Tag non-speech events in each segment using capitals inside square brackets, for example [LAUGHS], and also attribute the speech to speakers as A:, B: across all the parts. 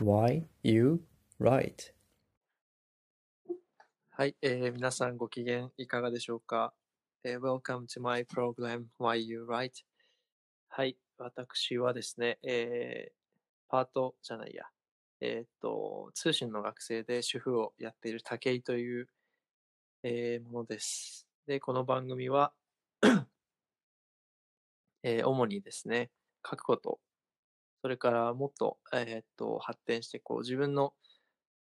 A: Why you right?
B: はい、えー皆さんご機嫌いかがでしょうか、えー ?Welcome to my program Why You Write はい、私はですね、えーパートじゃないや、えーっと、通信の学生で主婦をやっている武井という、えーものです。で、この番組は、えー主にですね、書くこと、それからもっと,、えーっと発展してこう自分の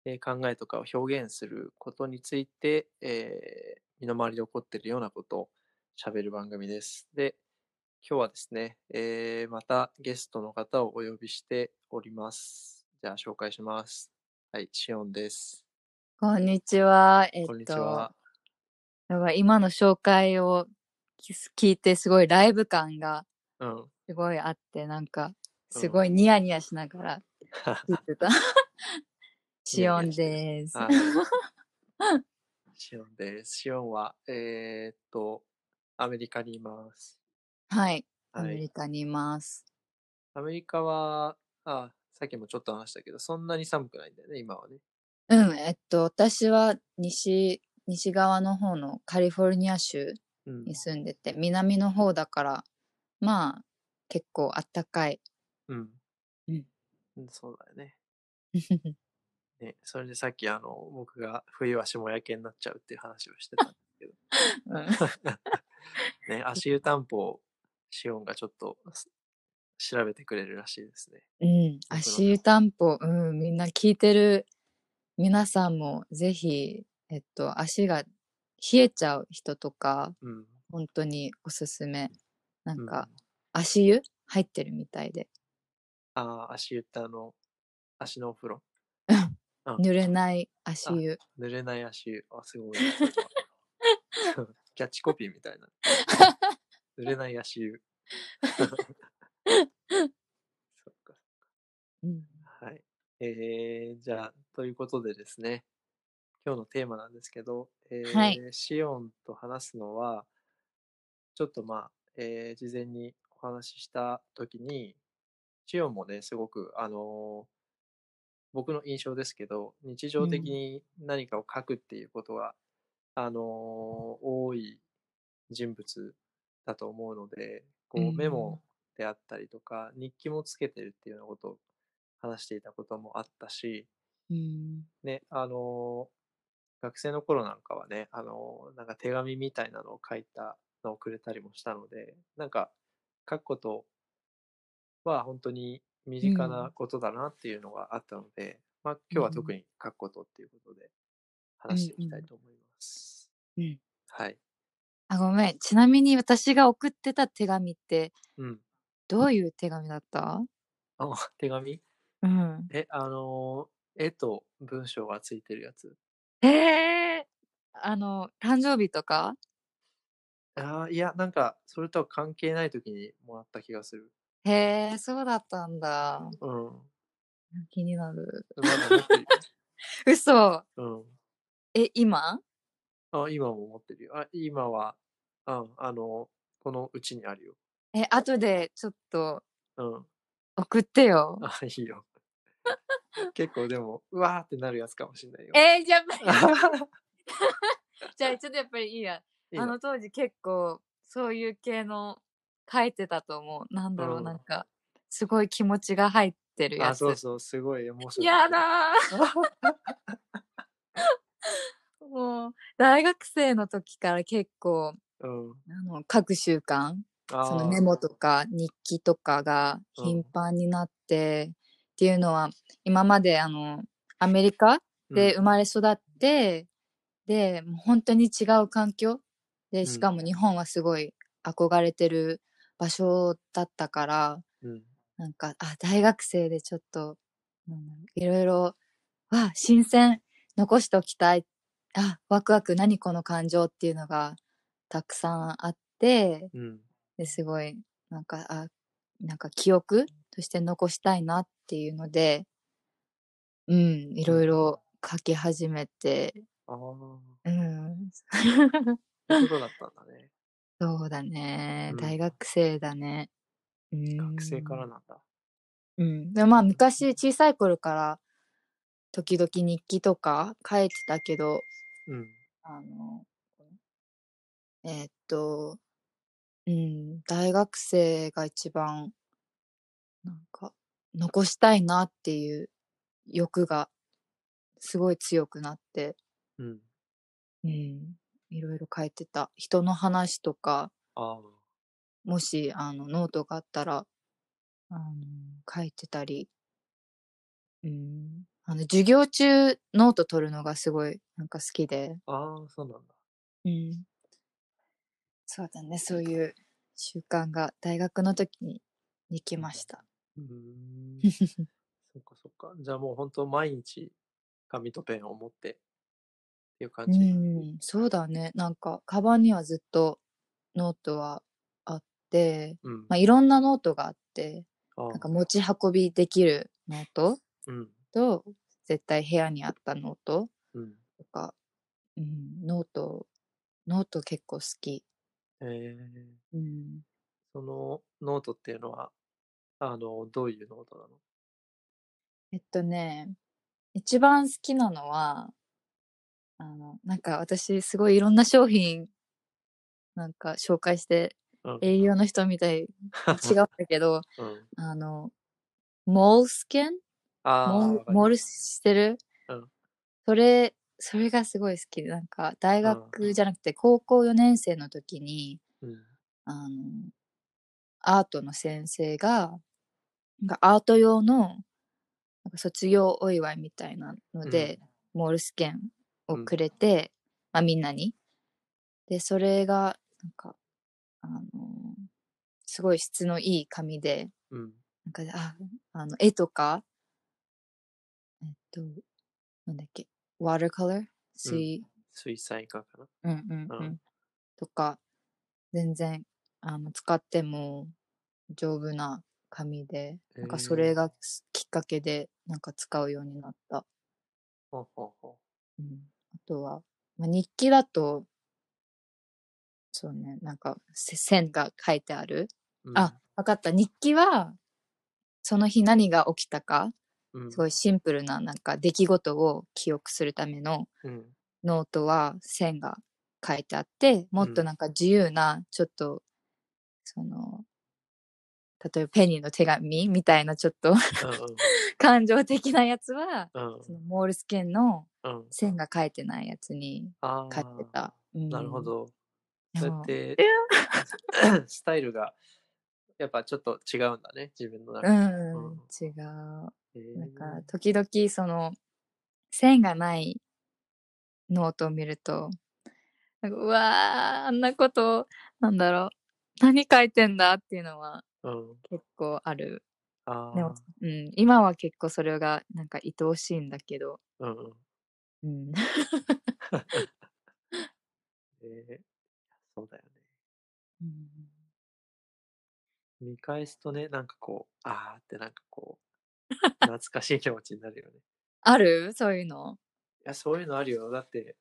B: えー考えとかを表現することについて、えー身の回りで起こっているようなことを喋る番組です。で、今日はですね、えーまたゲストの方をお呼びしております。じゃあ紹介します。はい、シオンです。
C: こんにちは。えっと、
B: こんにちは。
C: やばい今の紹介をき聞いて、すごいライブ感が [LAUGHS]
B: うん。
C: すごいあって、なんか、すごいニヤニヤしながら聞いて [LAUGHS] た。シオンです。
B: はいシオンです。シオンは、えーっと、アメリカにいます。
C: はい。ア
B: は
C: メ
B: い。
C: リカにいます。
B: アメリカは、あ、さっきもちょっと話したけど、そんなに寒くないんだよね、今はね。
C: うん、えっと、私は西、西側の方のカリフォルニア州
B: うん
C: に住んでて、南の方だから、まあ、結構あったかい。 [LAUGHS]
B: うん。
C: うん
B: うんそうだよね。ね、それでさっきあの、僕が冬は霜焼けになっちゃうっていう話をしてたんですけど、
C: うん
B: ね、足湯担保、シオンがちょっとす調べてくれるらしいですね。
C: うん、
B: だ
C: 足湯たんぽ、うん、みんな聞いてる皆さんもぜひ、えっと、足が冷えちゃう人とか、
B: うん。
C: 本当におすすめ。な
B: うんん、
C: か
B: あ、
C: 足湯入ってるみたいで、
B: あー、足湯ってあの、足のお風呂。うん
C: 濡れない足湯。
B: 濡れない足湯。あ、すごいね。それはキャッチコピーみたいな。濡れない足 [LAUGHS] 湯。そっかそっか。
C: うん、
B: はい。えー、じゃあ、ということでですね、今日のテーマなんですけど、えー
C: はい
B: シオンと話すのは、ちょっとまあ、えー事前にお話ししたときに、シオンもね、すごく、あのー僕の印象ですけど、日常的
C: うん
B: に何かを書くっていうことが、あのー多い人物だと思うので、こ
C: う
B: う、
C: ん
B: メモであったりとか、日記もつけてるっていうようなことを話していたこともあったし、
C: うん、
B: ね、あのー学生の頃なんかはね、あのーなんか手紙みたいなのを書いたのをくれたりもしたので、なんか書くことは本当に身近
C: う
B: なんことだなっていうのがあったので、まあ今日は特に書くことっていうことで話していきたいと思います。
C: うんうん
B: はい。
C: あ、ごめん。ちなみに私が送ってた手紙って、
B: うん。
C: どういう手紙だった
B: あ、手紙
C: うん。
B: え、あのー絵と文章がついてるやつ。
C: えー、あの、誕生日とか
B: ああ、いや、なんか、それとは関係ない時にもらった気がする。
C: へえ、そうだったんだ。
B: うん。
C: 気になる。
B: まだ持
C: [LAUGHS]
B: ってるよ。
C: 嘘
B: うん。
C: え、今
B: あ、今も持ってるよ。あ、今は、うん、あの、このうちにあるよ。
C: え、後でちょっと
B: うん。
C: 送ってよ。
B: あ、いい
C: [LAUGHS]
B: よ。結構でも、うわーってなるやつかもしんないよ。 [LAUGHS]
C: えー、じゃあ、 [LAUGHS] じゃあちょっとやっぱりいいや。
B: [LAUGHS] いい
C: あ
B: の
C: の当時結構そういう系の書いてたと思う。なんだろう、
B: うん
C: なんか、すごい気持ちが入ってるや
B: あ、
C: つ。
B: そうそう、すごいエモーショナ
C: や
B: ル
C: だー [LAUGHS] もう、大学生の時から結構、
B: [LAUGHS] うん。
C: あの、各習慣
B: あ
C: その
B: ー
C: メモとか日記とかが
B: うん
C: 頻繁になって、っていうのは今まであのアメリカで
B: う
C: 生まれ育って、でもう本当に違う環境でしかも日本はすごい憧れてる場所だったから
B: んうん。
C: なんかあ大学生でちょっとなんだろういろいろわ新鮮残しておきたいあワクワク何この感情っていうのがたくさんあって
B: うん。
C: ですごいなんかあなんか記憶として残したいなっていうのでうんいろいろ書き始めて
B: ああ、そ
C: うん
B: う
C: [LAUGHS]
B: いうことだったんだね。
C: そうだね
B: うん
C: 大学生だね、うん、
B: 学生からなんだ。
C: うん。でもまあ昔小さい頃から時々日記とか書いてたけど、
B: うん。
C: あの、えーっと、うん、大学生が一番、なんか、残したいなっていう欲がすごい強くなって、
B: うん。
C: うん、いろいろ書いてた。人の話とか、
B: ああ。
C: もし、あの、ノートがあったら、あの、書いてたり、うん、あの、授業中、ノート取るのがすごい、なんか好きで、
B: ああ、そうなんだ。
C: うん。そうだね、そういう習慣が大学の時にできました。
B: うーん。
C: [LAUGHS]
B: そっかそっか。じゃあもう本当毎日紙とペンを持ってっていう感
C: う
B: じ。
C: ん、そうだね、なんか、カバンにはずっとノートはあって、
B: うん。
C: まあ、いろんなノートがあって、
B: ああ
C: なんか持ち運びできるノート
B: うん。
C: と、絶対部屋にあったノート
B: うん。
C: とか、うん、ノート、ノート結構好き。
B: えー、
C: うん、
B: そのノートっていうのは、あの、どういうノー
C: [LAUGHS]
B: トなの
C: えっとね、一番好きなのは、あの、なんか私すごいいろんな商品、なんか紹介して
B: うん、
C: 営業の人みたい、
B: [LAUGHS]
C: 違うんだけど、
B: うん、
C: あの、モールスキン
B: ああ、
C: モ
B: わ
C: ー
B: か
C: ルモール
B: る
C: してる、
B: うん
C: それ、それがすごい好きで、なんか大
B: う
C: 学
B: ん
C: じゃなくて高校4年生の時に、
B: うん
C: あの、アートの先生が、なんかアート用の、なんか卒業お祝いみたいなので、モールスケンをくれて、まあみんなに。で、それが、なんか、あのすごい質のいい紙で、
B: うん。
C: なんか、あ、あの、絵とか、えっと、なんだっけ、ワーターカラー水、
B: 水彩画かな
C: うんうんう。
B: うん
C: とか、全然、あの、使っても丈夫な紙で、なんかそ
B: へ
C: れ
B: え
C: がすきっかけで、なんか使うようになった。
B: ほうほうほ
C: うん、あとは、まあ、日記だと、そうね、なんかせ線が書いてある。
B: う。うん
C: あ、、わかった。日記は、その日何が起きたか、
B: うん、
C: すごいシンプルな、なんか出来事を記憶するための
B: うん。
C: ノートは線が書いてあって、もっとなんか自由な、ちょっと、その、例えばペニーの手紙みたいなちょっと [LAUGHS] 感情的なやつは、
B: うん。うん。
C: [LAUGHS] そのモールスケンの
B: うん。
C: 線が書いてないやつに
B: あ
C: 書いて
B: あ、
C: た。うん
B: なるほ。ど。
C: で
B: そうや
C: も
B: って、スタイルが、やっぱちょっと違うんだね、自分の中
C: う
B: で。
C: ん、
B: うん
C: 違う。な
B: へえ
C: んか、時々その、線がないノートを見ると、なんかうわー、あんなこと、なんだろう、何書いてんだっていうのは
B: うん。
C: 結構ある。
B: あ
C: でも
B: あ、、
C: うん、今は結構それがなんか愛おしいんだけど、
B: うんうん。
C: うん、
B: ええそうだよね。見返すとね、なんかこう、あーってなんかこう、懐かしい気持ちになるよね。い
C: あるそういうの。
B: や、そういうのあるよ。だって、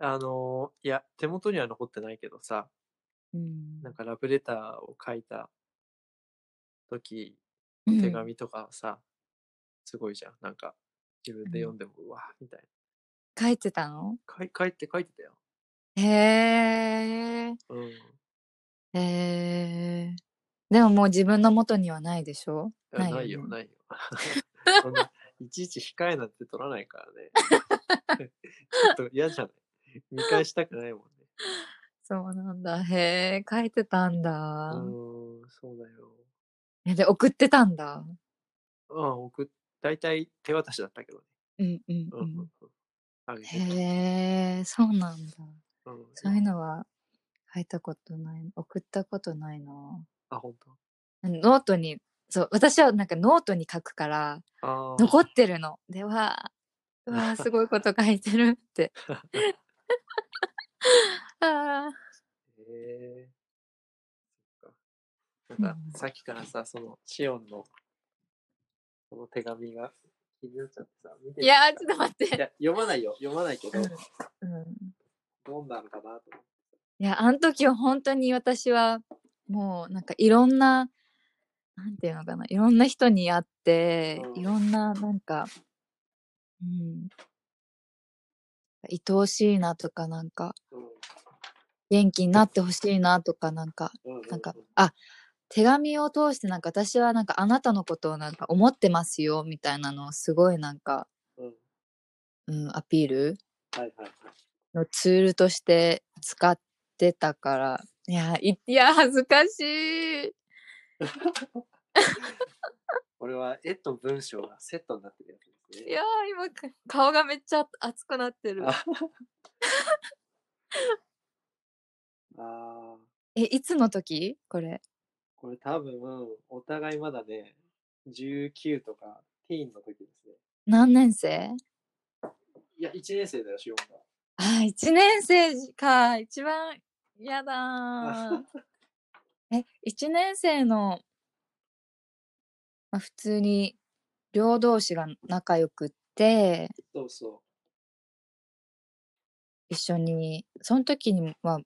B: あのーいや、手元には残ってないけどさ、
C: うん
B: なんかラブレターを書いた時、手紙とかさ、すごいじゃん。なんか、自分で読んでも、うわ、みたい
C: 書いてたの
B: な。かい書いて書いてたよ。
C: へえ。
B: うん。
C: へえ。でももう自分の元にはないでしょ
B: いや
C: な
B: ないい
C: よ
B: よ、
C: ね
B: ない [LAUGHS] よ。そんないちいち控えなんて取らないから [LAUGHS] ね。ちょっと嫌じゃない見返したくないもんね。
C: そうなんだ。へえ、書いてたん
B: う
C: だ、
B: ーん、そうだよ。
C: えで、送ってたんだ。
B: うん、送っ、大体手渡しだったけどね。
C: うんうん
B: うん、
C: う。
B: うんん、うん。あげてた。
C: へえ、そうなんだ。
B: うん、
C: そういうのは書いたことない、送ったことないな。
B: あ、本当。
C: ノートに、そう、私はなんかノートに書くから、
B: あー
C: 残ってるの。で、わあ、うわあ、すごいこと書いてるって。ああ、
B: へえそっか。
C: うん
B: なんか、さっきからさ、その、シオンの、この手紙が気になっちゃってさ、見て
C: いやー、
B: た
C: ちょっと待っ
B: い
C: て。
B: や、読まないよ。読まないけど、
C: うん、
B: どんなのかなと思って。
C: いや、あの時は本当に私は、もうなんかいろんな、なんていうのかな、いろんな人に会って、
B: うん
C: いろんな、なんか、うん、愛おしいなとか、なんか、元気になってほしいなとか、なんか、なんか、あ、手紙を通して、なんか私はなんかあなたのことをなんか思ってますよ、みたいなのをすごいなんか、
B: うんうん
C: うん、アピール
B: はいはいはい。
C: のツールとして使ってたから、いや、いいや、恥ずかしい。
B: 俺は絵と文章がセットになってるやつです
C: い
B: ね。
C: やー、今か、顔がめっちゃ熱くなってる。
B: あ [LAUGHS] あー、
C: え、いつの時これ。
B: これ多分、お互いまだね、19とか、ティーンの時ですね。
C: 何年生
B: いや、1年生だよ、シオンが。
C: あ、1年生か。一番嫌だ
B: [LAUGHS]
C: ー。え、1年生の、まあ、普通に、両同士が仲良くって、
B: そうそ
C: 一緒に、その時に、まあ、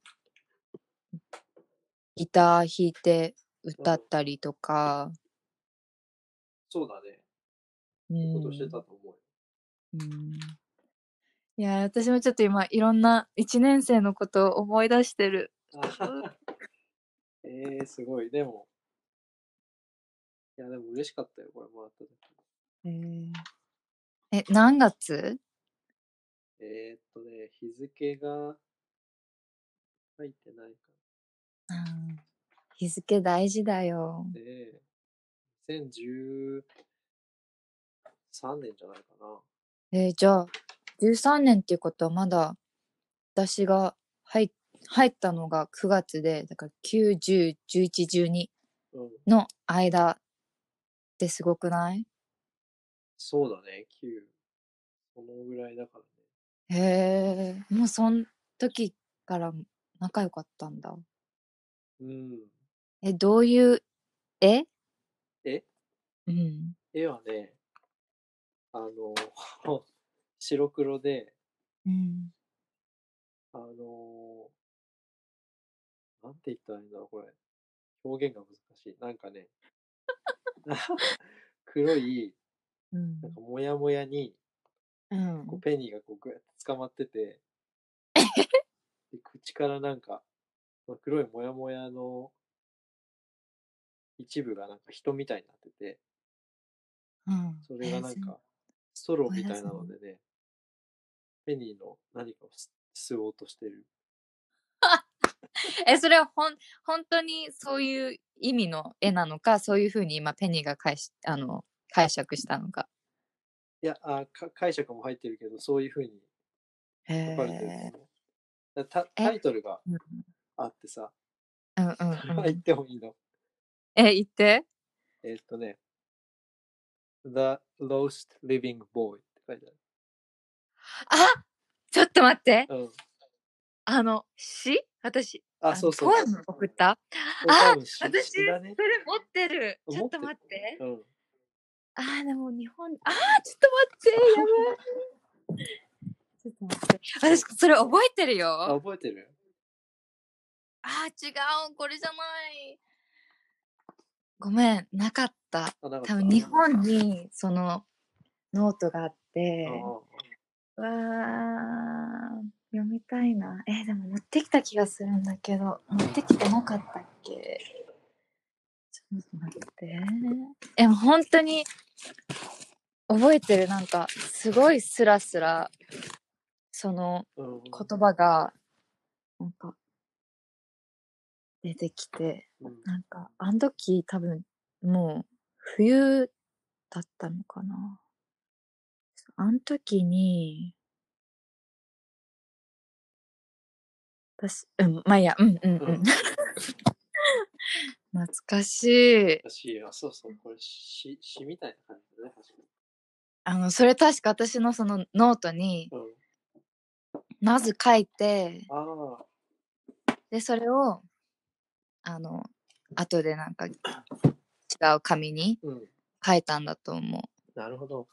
C: ギター弾いて歌ったりとか、
B: う。そうだね。
C: う
B: いい
C: ん
B: ことしてたと思うよ。
C: うんいやー、私もちょっと今、いろんな1年生のことを思い出してる。
B: あ [LAUGHS] ははえー、すごい。でも、いや、でも嬉しかったよ、これもらった時。
C: え、何月
B: えー、っとね、日付が入ってないか
C: うん日付大事だよ。
B: らね。2013年じゃないかな。
C: えーじゃあ、13年っていうことはまだ、私が入っ入ったのが9月で、だから9、10、11、12
B: うん、
C: の間ってすごくない
B: そうだね、9。そのぐらいだからね。
C: へえ、もうそん時から仲良かったんだ。
B: うん。
C: え、どういう、え
B: え
C: うん。
B: 絵はね、あの、 [LAUGHS] 白黒で、
C: うん。
B: あのなんて言ったらいいんだろう、これ。表現が難しい。なんかね、 [LAUGHS] 黒い、
C: うん
B: なんかもやもやに、
C: うん
B: こうペニーがこうグッと捕まってて、で口からなんか、その黒いもやもやの一部がなんか人みたいになってて、
C: うん。
B: それがなん
C: えー
B: か、ストローみたいなのでね、ペニーの何かを吸吸おうとしてる。
C: [LAUGHS] え、それはほん、本当にそういう意味の絵なのか、そういうふうに今ペニーが解し、あの、解釈したのか。
B: いや、あか解釈も入ってるけど、そういうふうに書かれてると
C: へ
B: 思う。だタタイトルが
C: え。うん
B: あってさ、
C: うんうん
B: これは
C: う
B: 言っ
C: ん。
B: てもいいの
C: え、言って。
B: えーっとね、The Lost Living Boy って書いて
C: あちょっと待って。
B: ある。うん。
C: あの、詩私、
B: あ、
C: の
B: そうそうそ
C: ポエ
B: う。
C: ム送った
B: これ多分詩
C: 私、そ
B: 詩だ
C: れ
B: ね。
C: 持ってる。ちょっと
B: 持
C: 待
B: っ
C: って。
B: うん。
C: あー、でも日本、あー、ちょっと待って。やばい。ちょっと待って。私、それ覚えてるよ。
B: あ、覚えてる
C: あー違うこれじゃないごめんなかった
B: あ、なんか
C: 多分日本にそのノートがあってわー読みたいなえーでも持ってきた気がするんだけど持ってきてなかったっけちょっと待ってえもう本当に覚えてるなんかすごいスラスラその
B: うん。
C: 言葉がなんか出てきて
B: うん
C: なんかあの時多分もう冬だったのかなあの時に私うんまあいいやうんうんうん
B: うん
C: [LAUGHS] 懐かしい
B: らしいよ。そうそう、これ詩、詩みたいな感じだね、確かに。
C: あのそれ確か私のそのノートに
B: うん。
C: まず書いて
B: ああ、
C: でそれをあの後でなんか違う紙に
B: うん。
C: 書いたんだと思
B: なるほど。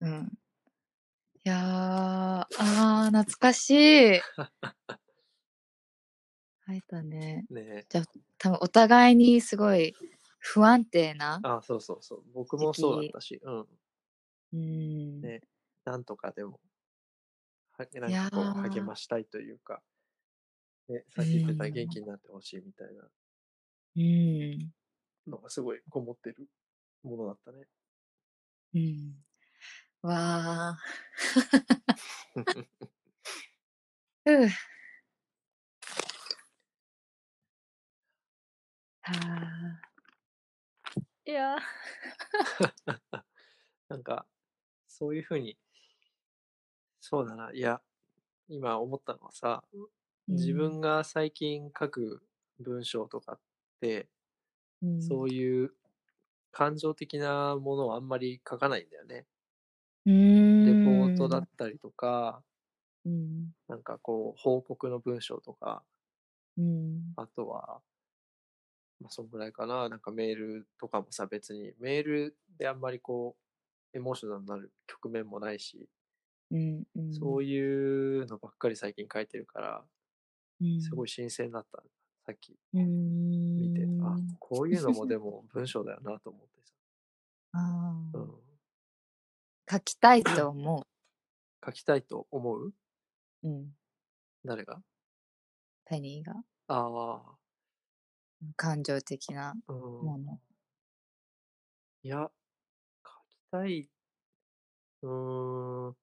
C: う。うん、いやーあー懐かしい書いたね
B: ね
C: 多分お互いにすごい不安定な、
B: あそうそうそう。僕もそうだったし、うん。
C: うん、
B: ねなんとかでも、はない
C: や
B: んかこう、
C: ー
B: 励ましたいというか、ね、さっき言って
C: う
B: た
C: ん
B: 元気になってほしいみたいな
C: うん、
B: のがすごいこもってるものだったね。
C: うん。わあ。
B: [LAUGHS]
C: うん。あーいやー、
B: なんか、そういうふうに、そうだな、いや、今思ったのはさ、自分が最近書く文章とかって、
C: うん、
B: そういう感情的なものをあんまり書かないんだよね。
C: うん、
B: レポートだったりとか、
C: うん、
B: なんかこう、報告の文章とか、
C: うん、
B: あとは、まあ、そんぐらいかな。なんかメールとかもさ、別に、メールであんまりこう、エモーショナルになる局面もないし、
C: うん、うん、
B: そう
C: い
B: いうのばっかり最近書いてるから、
C: うん、
B: すごい
C: い
B: 新鮮だった。さっき見
C: 見
B: て、あ、こういうのもでも文章だよなと思ってさ。
C: あー
B: うん、
C: 書きたいと思
B: 書きたいと思う
C: う、うん、
B: 誰が
C: ペニーが
B: あ
C: 感情的な
B: あ、うん。
C: もの。
B: いや、書きたい、うーん、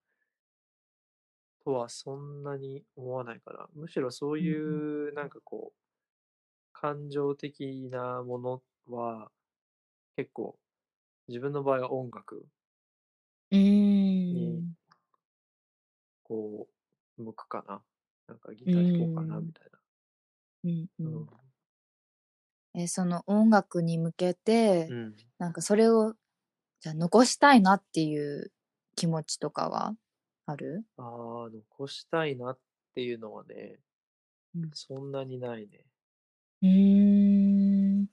B: とはそんなに思わないかな。むしろそういう、なんかこう、感情的なものは、結構、自分の場合は音楽、
C: うーん
B: にこう、向くかな。なんかギター弾こうかな、
C: うん
B: みたい
C: うんう
B: な。
C: んえーその音楽に向けて、
B: うん。うん
C: なんかそれをじゃあ残したいなっていう気持ちとかはある
B: ああ、残したいなっていうのはね、
C: うん
B: そんなにないね。
C: うーん。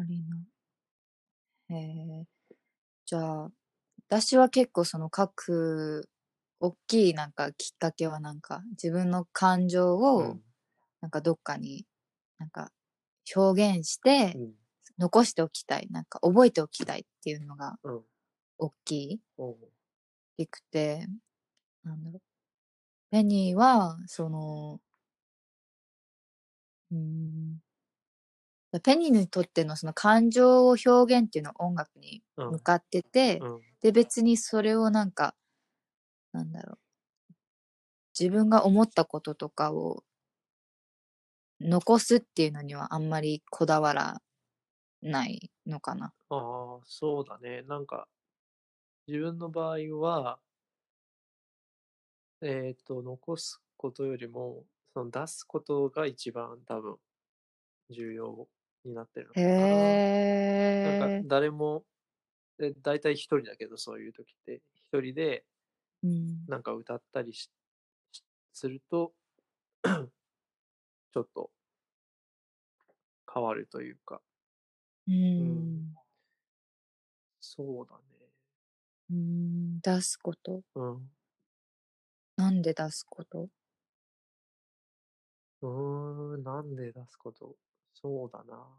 C: ありな。へえ。じゃあ、私は結構その書く大きいなんかきっかけはなんか自分の感情
B: う
C: を
B: ん。
C: なんかどっかになんか表現して
B: うん。
C: 残しておきたい、なんか覚えておきたいっていうのが
B: うん。
C: 大きい。
B: おう
C: 大きくて、なんだろう。ペニーは、その、うーん。ペニーにとってのその感情を表現っていうのは音楽に
B: うん。
C: 向かってて、
B: うん。
C: で別にそれをなんか、なんだろう。自分が思ったこととかを残すっていうのにはあんまりこだわらないのかな。
B: ああ、そうだね。なんか、自分の場合は、えっ、と、残すことよりも、その出すことが一番多分、重要になってるのかな。なん
C: へ
B: か、誰も、え大体一人だけど、そういう時って、一人で、
C: ー。うん。
B: なんか歌ったりししすると、ちょっと変わるというか、
C: うん。
B: そうだね。
C: うん、出すこと。
B: うん。
C: なんで出すこと
B: うーん、なんで出すことそうだな。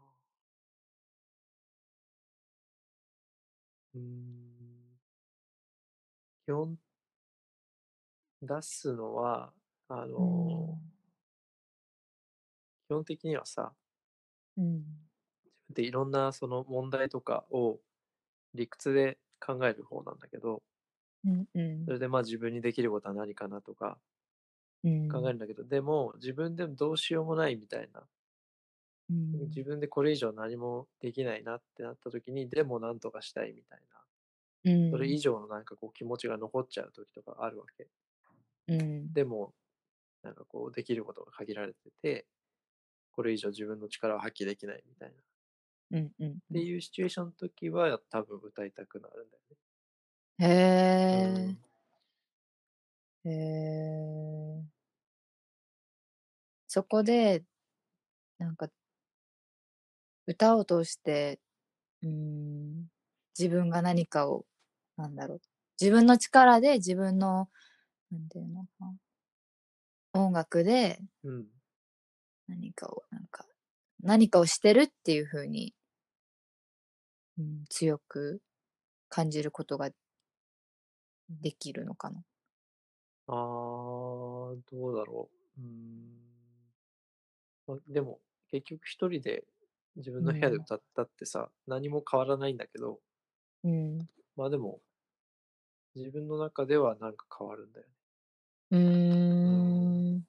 B: うーん。基本、出すのは、あのー、基本的にはさ、
C: うん。
B: でいろんなその問題とかを理屈で考える方なんだけど、
C: うん。うん
B: それでまあ自分にできることは何かなとか
C: うん。
B: 考えるんだけど、でも自分でもどうしようもないみたいな
C: うん
B: 自分でこれ以上何もできないなってなった時にでも何とかしたいみたいなそれ以上のなんかこう気持ちが残っちゃう時とかあるわけ
C: うん。
B: でもなんかこうできることが限られててこれ以上自分の力を発揮できないみたいなっ
C: うん。うん。
B: ていうシチュエーションの時は多分歌いたくなるんだよね
C: へ
B: うん。
C: えへえ。そこで、なんか、歌を通して、うん、自分が何かを、なんだろう。自分の力で自分の、なんていうのかな。音楽で
B: うん
C: 何かを、なんか、何かをしてるっていう風に、うん、強く感じることができるのかな。
B: あー、どうだろう。うーんまあでも、結局一人で自分の部屋で
C: うん
B: 歌ったってさ、何も変わらないんだけど、
C: うん。
B: まあでも、自分の中ではなんか変わるんだよ
C: うーん。
B: ね。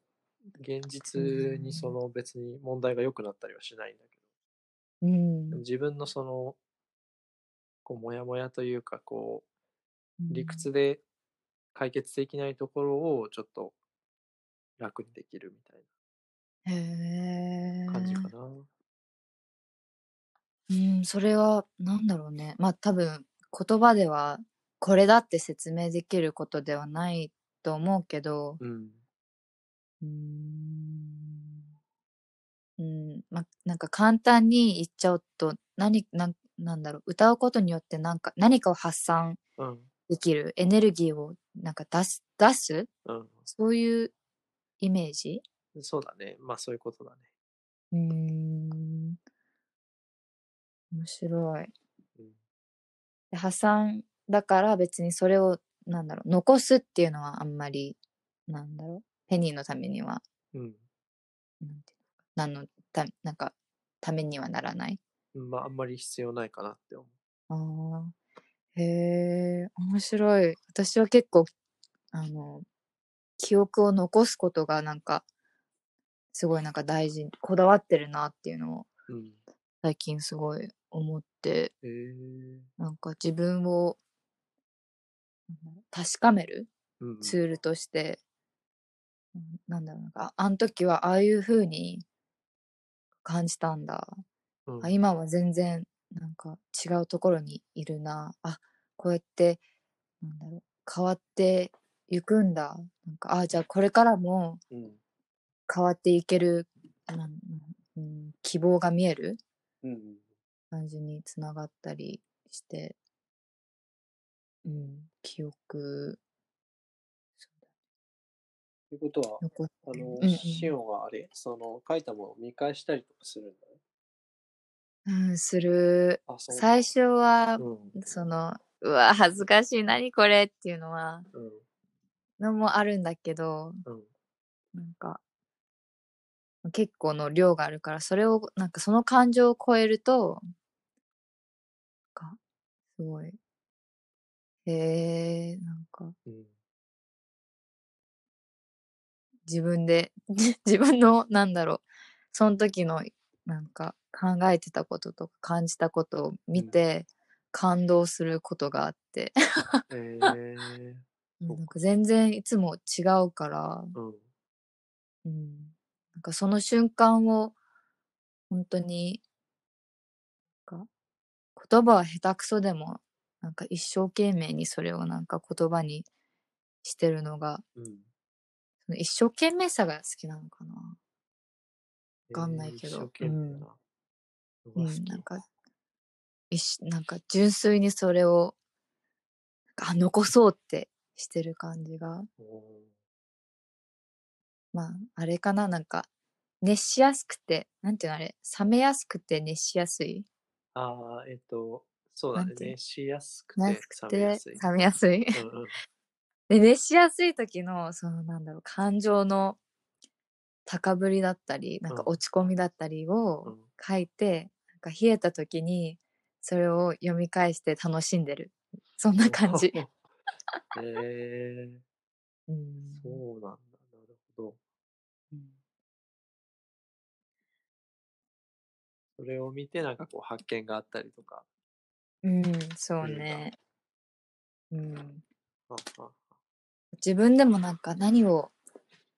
B: 現実にその別に問題が良くなったりはしないんだけど、
C: うん
B: でも。自分のその、こう、モヤモヤというか、こう、理屈で解決できないところをちょっと楽にできるみたい
C: へ
B: な感じか
C: ー
B: な。
C: うん、それは、なんだろうね。まあ多分、言葉では、これだって説明できることではないと思うけど、
B: うん。
C: うーん、うんま、なんか簡単に言っちゃうと、何、なん、なんだろう、歌うことによってなんか、何かを発散
B: うん。
C: できる、エネルギーをなんか出す、出す
B: うん。
C: そういうイメージ
B: そうだね。まあそういうことだね。
C: うーん、面白い。
B: うん
C: で破産だから別にそれをなんだろう残すっていうのはあんまりなんだろうペニーのためには
B: うん
C: なんていうの何のたなんかためにはならない。
B: うん。まああんまり必要ないかなって思う。
C: あーへえ面白い私は結構あの記憶を残すことがなんかすごいなんか大事にこだわってるなっていうのを
B: うん。
C: 最近すごい思って
B: えー、
C: なんか自分をなんだろう確かめる
B: うんうん。
C: ツールとして、うんなんだろうなんかあの時はああいう風に感じたんだ、
B: うん
C: あ今は全然なんか違うところにいるなあこうやってなんだろう変わっていくんだなんかあじゃあこれからも
B: うん。
C: 変わっていけるなん、うん、希望が見える
B: うん。
C: 感じにつながったりして、うん、記憶
B: ということは、
C: 残っ
B: あ
C: てる
B: の、
C: うんうん
B: シオンはあれ、その、書いたものを見返したりとかするんだね。
C: うん、する
B: あ、そう。
C: 最初は、
B: うん。
C: その、うわ、恥ずかしい、何これっていうのは、
B: うん。
C: のもあるんだけど、
B: うん。
C: なんか、結構の量があるから、それを、なんかその感情を超えると、なんか、すごい、へえ、なんか、 [LAUGHS]
B: うん。
C: 自分で、 [LAUGHS] 自分の、なんだろう、その時の、なんか、考えてたこととか感じたことを見て、感動することがあって、
B: えー、
C: う
B: そうん
C: なんか全然いつも違うから、
B: うん。
C: うん、なんかその瞬間を本当になんか言葉は下手くそでもなんか一生懸命にそれをなんか言葉にしてるのが
B: うん。
C: その一生懸命さが好きなのかな、かんないけど
B: 一生懸命な。
C: う
B: のが好
C: ん、
B: き
C: なんか一緒なんか純粋にそれをなんかあ残そうってしてる感じが
B: お
C: まあ、あれかな、なんか、熱しやすくて、なんていうのあれ、冷めやすくて熱しやすい
B: ーああ、えっと、そうだ
C: な
B: ね
C: ん。ていうの
B: 熱しやすく
C: 熱
B: て
C: しく、
B: 冷めや
C: て
B: すい。
C: 冷めやすい。 [LAUGHS]
B: うんうん。
C: で、熱しやすい時の、そのなんだろう、感情の高ぶりだったり、なんか
B: うん
C: 落ち込みだったり
B: う
C: を
B: ん
C: 書いて、なんか冷えた時に、それを読み返して楽しんでる。 [LAUGHS] そん [LAUGHS] な感じ。。
B: [LAUGHS] えー、
C: うん
B: そうなんだ。なるほど。
C: うん
B: それを見て、なんかこう、発見があったりとか。
C: うん、そう
B: いいな
C: ね。うん。
B: ああ
C: 自分でもなんか何を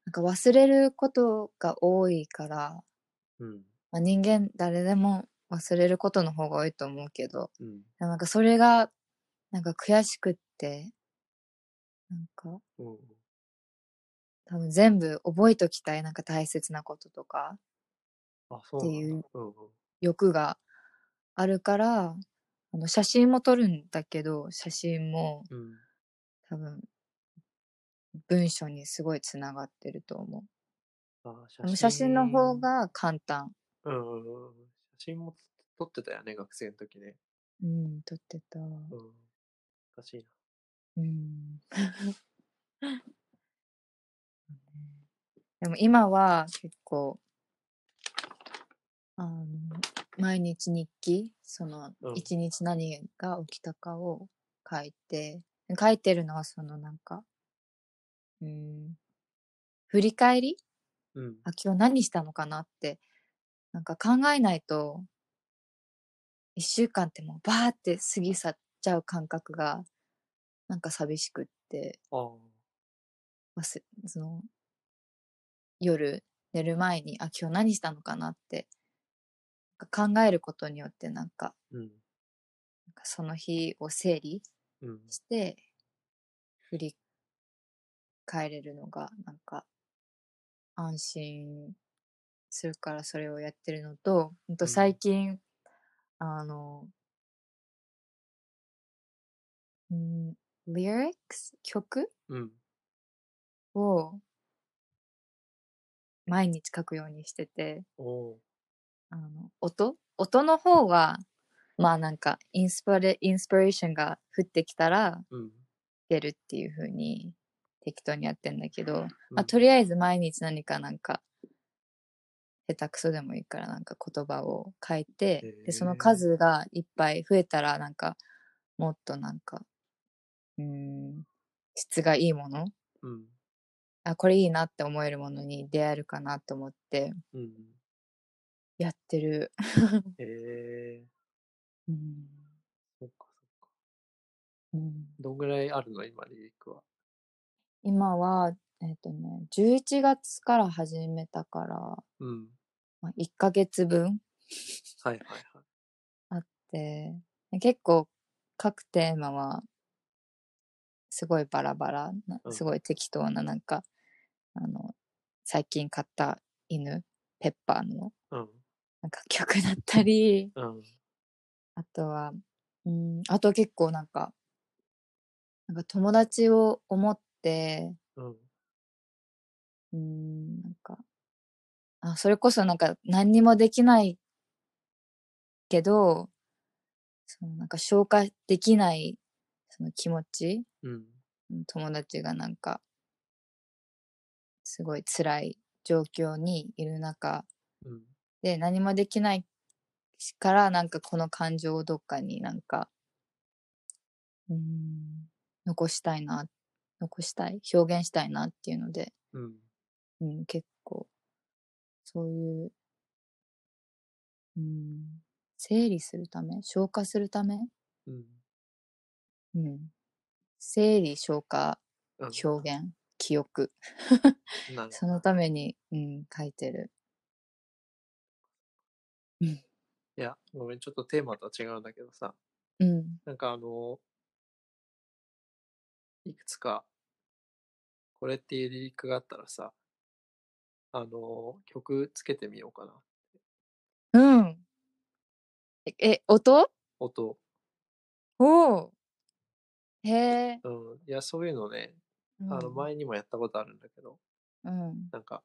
C: なんか忘れることが多いから、
B: うん。
C: まあ、人間誰でも忘れることの方が多いと思うけど
B: うん。
C: でもなんかそれがなんか悔しくってなんか
B: うん。
C: 多分全部覚えときたいなんか大切なこととか
B: あ、そうなんだ
C: っていう。
B: うんうん。
C: 欲があるからあの写真も撮るんだけど写真も
B: うん。
C: 多分文章にすごいつながってると思う。
B: あ
C: でも写真の方。が簡単。
B: うん。写真も撮ってたよね、学生の時ね。
C: うん、撮ってた。
B: うん。おかしいな。
C: うん。 [LAUGHS] でも今は結構、あの、毎日日記、その
B: う、ん
C: 一日何が起きたかを書いて、書いてるのはそのなんか、うん、振り返り
B: うん。
C: あ、今日何したのかなって、なんか考えないと、一週間ってもうバーって過ぎ去っちゃう感覚が、なんか寂しくって、
B: ああ。
C: 忘れその、夜寝る前に、あ、今日何したのかなって、なんか考えることによってなんか、
B: うん。
C: なんかその日を整理
B: うん。
C: して、振り返れるのが、なんか、安心するからそれをやってるのと、ほん
B: う
C: と
B: ん
C: 最近、あの、うん、リリックス曲
B: うん。
C: を毎日書くようにしてて、
B: おお
C: あの音音の方は、まあなんかインスパレ、インスピレーションが降ってきたら、
B: ー。うん。
C: 出るっていう風に適当にやってんだけど、
B: うん
C: まあ、とりあえず毎日何かなんか下手くそでもいいからなんか言葉を変えて
B: へえ
C: でその数がいっぱい増えたらなんかもっとなんかうーん質がいいもの
B: うん。
C: あこれいいなって思えるものに出会えるかなと思って
B: うん。
C: やってる。
B: ええー。
C: うん
B: そっかそっか。
C: うん
B: どんぐらいあるの今、リリックは。
C: 今は、えっとね、11月から始めたから、
B: うん。
C: まあ、1ヶ月分
B: はいはいはい。
C: で結構各テーマはすごいバラバラな
B: うん
C: すごい適当ななんか、あの最近買った犬ペッパーの
B: うん。
C: なんか曲だったり [LAUGHS]
B: うん。
C: あとはうんあと結構なんかなんか友達を思って
B: うん。
C: うんなんかあそれこそなんか何にもできないけどそのなんか消化できないその気持ち
B: うん。
C: うん友達がなんかすごい辛い状況にいる中
B: うん。
C: で何もできないからなんかこの感情をどっかになんかうーん残したいな残したい表現したいなっていうので、
B: うん。
C: うん、結構そういう、うん、整理するため消化するため、
B: うん。
C: うん、整理消化
B: うん
C: 表現記憶
B: なる
C: そのために、うん、書いてる。
B: いや、ごめん、ちょっとテーマとは違うんだけどさ、
C: うん。
B: なんかあの、いくつか、これっていうリリックがあったらさ、あの、曲つけてみようかな。
C: うん。ええ、音
B: 音。
C: おお。へえ。
B: うん。いや、そういうのね、あの、
C: うん、
B: 前にもやったことあるんだけど、
C: うん。
B: なんか、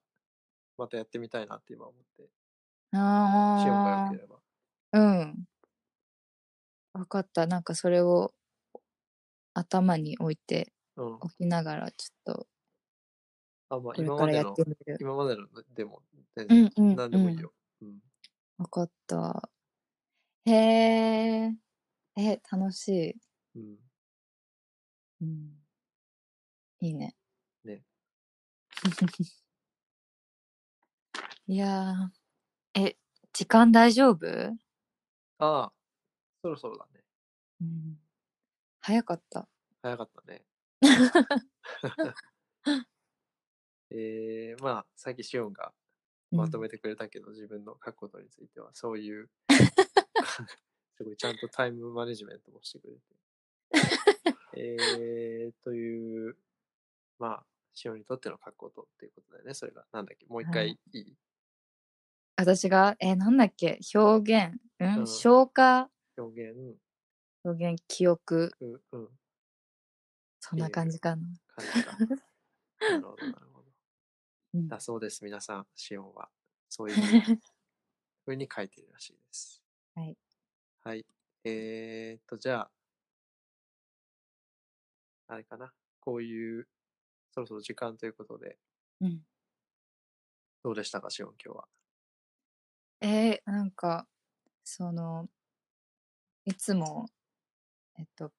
B: またやってみたいなって今思って、気温が
C: あ
B: 良ければ。
C: あ。うん。わかった。なんかそれを頭に置いて
B: うん。
C: おきながら、ちょっと
B: あ、まあ、
C: これ
B: 今
C: か
B: ま
C: ら
B: で
C: や
B: の
C: っ、てみる。
B: 今までのでも、全
C: う
B: 然、
C: んうん、
B: 何
C: う
B: でもいい
C: ん。
B: よ。うん。
C: わかった。へえ。え、楽しい。
B: うん。
C: うん。いいね。
B: ね。
C: [LAUGHS] いやー、え、時間大丈夫、
B: ああ、そろそろだね。
C: うん、早かった。
B: 早かった
C: [LAUGHS]
B: ね。 [LAUGHS] えー、まあ、さっきシオンがまとめてくれたけど、自分の書くことについては、そう
C: [LAUGHS]
B: いう、 [LAUGHS] すごいちゃんとタイムマネジメントもしてく
C: [LAUGHS]
B: れて。えー、という、まあ、シオンにとっての書くことっていうことだよね。それが、なんだっけ、もう一
C: は
B: 回
C: い
B: いい
C: 私が、え、なんだっけ、表現、うん、
B: うん
C: 消化、
B: 表現、
C: 表現、記憶、
B: ううん、
C: そんな感じかな。
B: 感じた。なるほ
C: [LAUGHS]
B: ど、なるほど。
C: うん
B: だそうです、皆さん、シオンは。そういう風に書いてるらしいです。
C: はい。
B: はい。えーっと、じゃあ、あれかな。こういう、そろそろ時間ということで、
C: [LAUGHS] うん。
B: どうでしたか、しおん、今日は。
C: えー、なんか、その、いつも、えっと、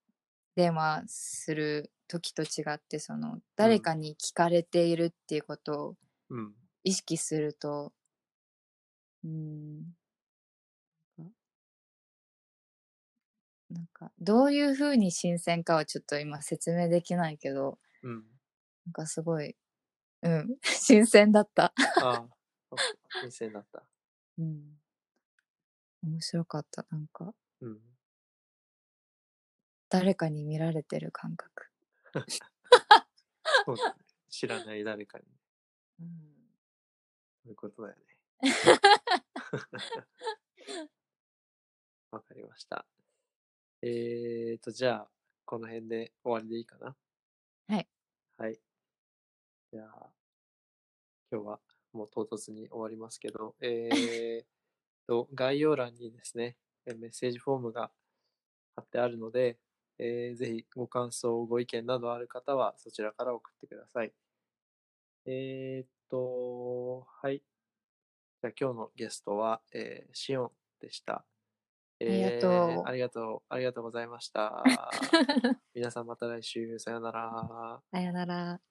C: 電話する時と違って、その、誰かに聞かれているっていうことを
B: うん。
C: 意識すると、うん、なんかなんか、どういうふうに新鮮かはちょっと今説明できないけど、
B: うん。
C: なんかすごい、うん、 [LAUGHS] 新鮮だった。
B: ああ、そっか新鮮だった。
C: うん。面白かった。なんか、
B: うん。
C: 誰かに見られてる感覚。
B: そうだね。知らない誰かに。
C: うん、
B: そういうことだよね。
C: [LAUGHS]
B: わかりました。えーと、じゃあ、この辺で終わりでいいかな
C: はい。
B: はい。じゃあ、今日はもう唐突に終わりますけど、えーと、概要欄にですね、えメッセージフォームが貼ってあるので、えーぜひご感想、ご意見などある方はそちらから送ってください。えーっと、はい。じゃあ今日のゲストは、えーシオンでした。
C: りがとう
B: えーありがとう。ありがとうございました。皆さんまた来週。さよなら。
C: さよなら。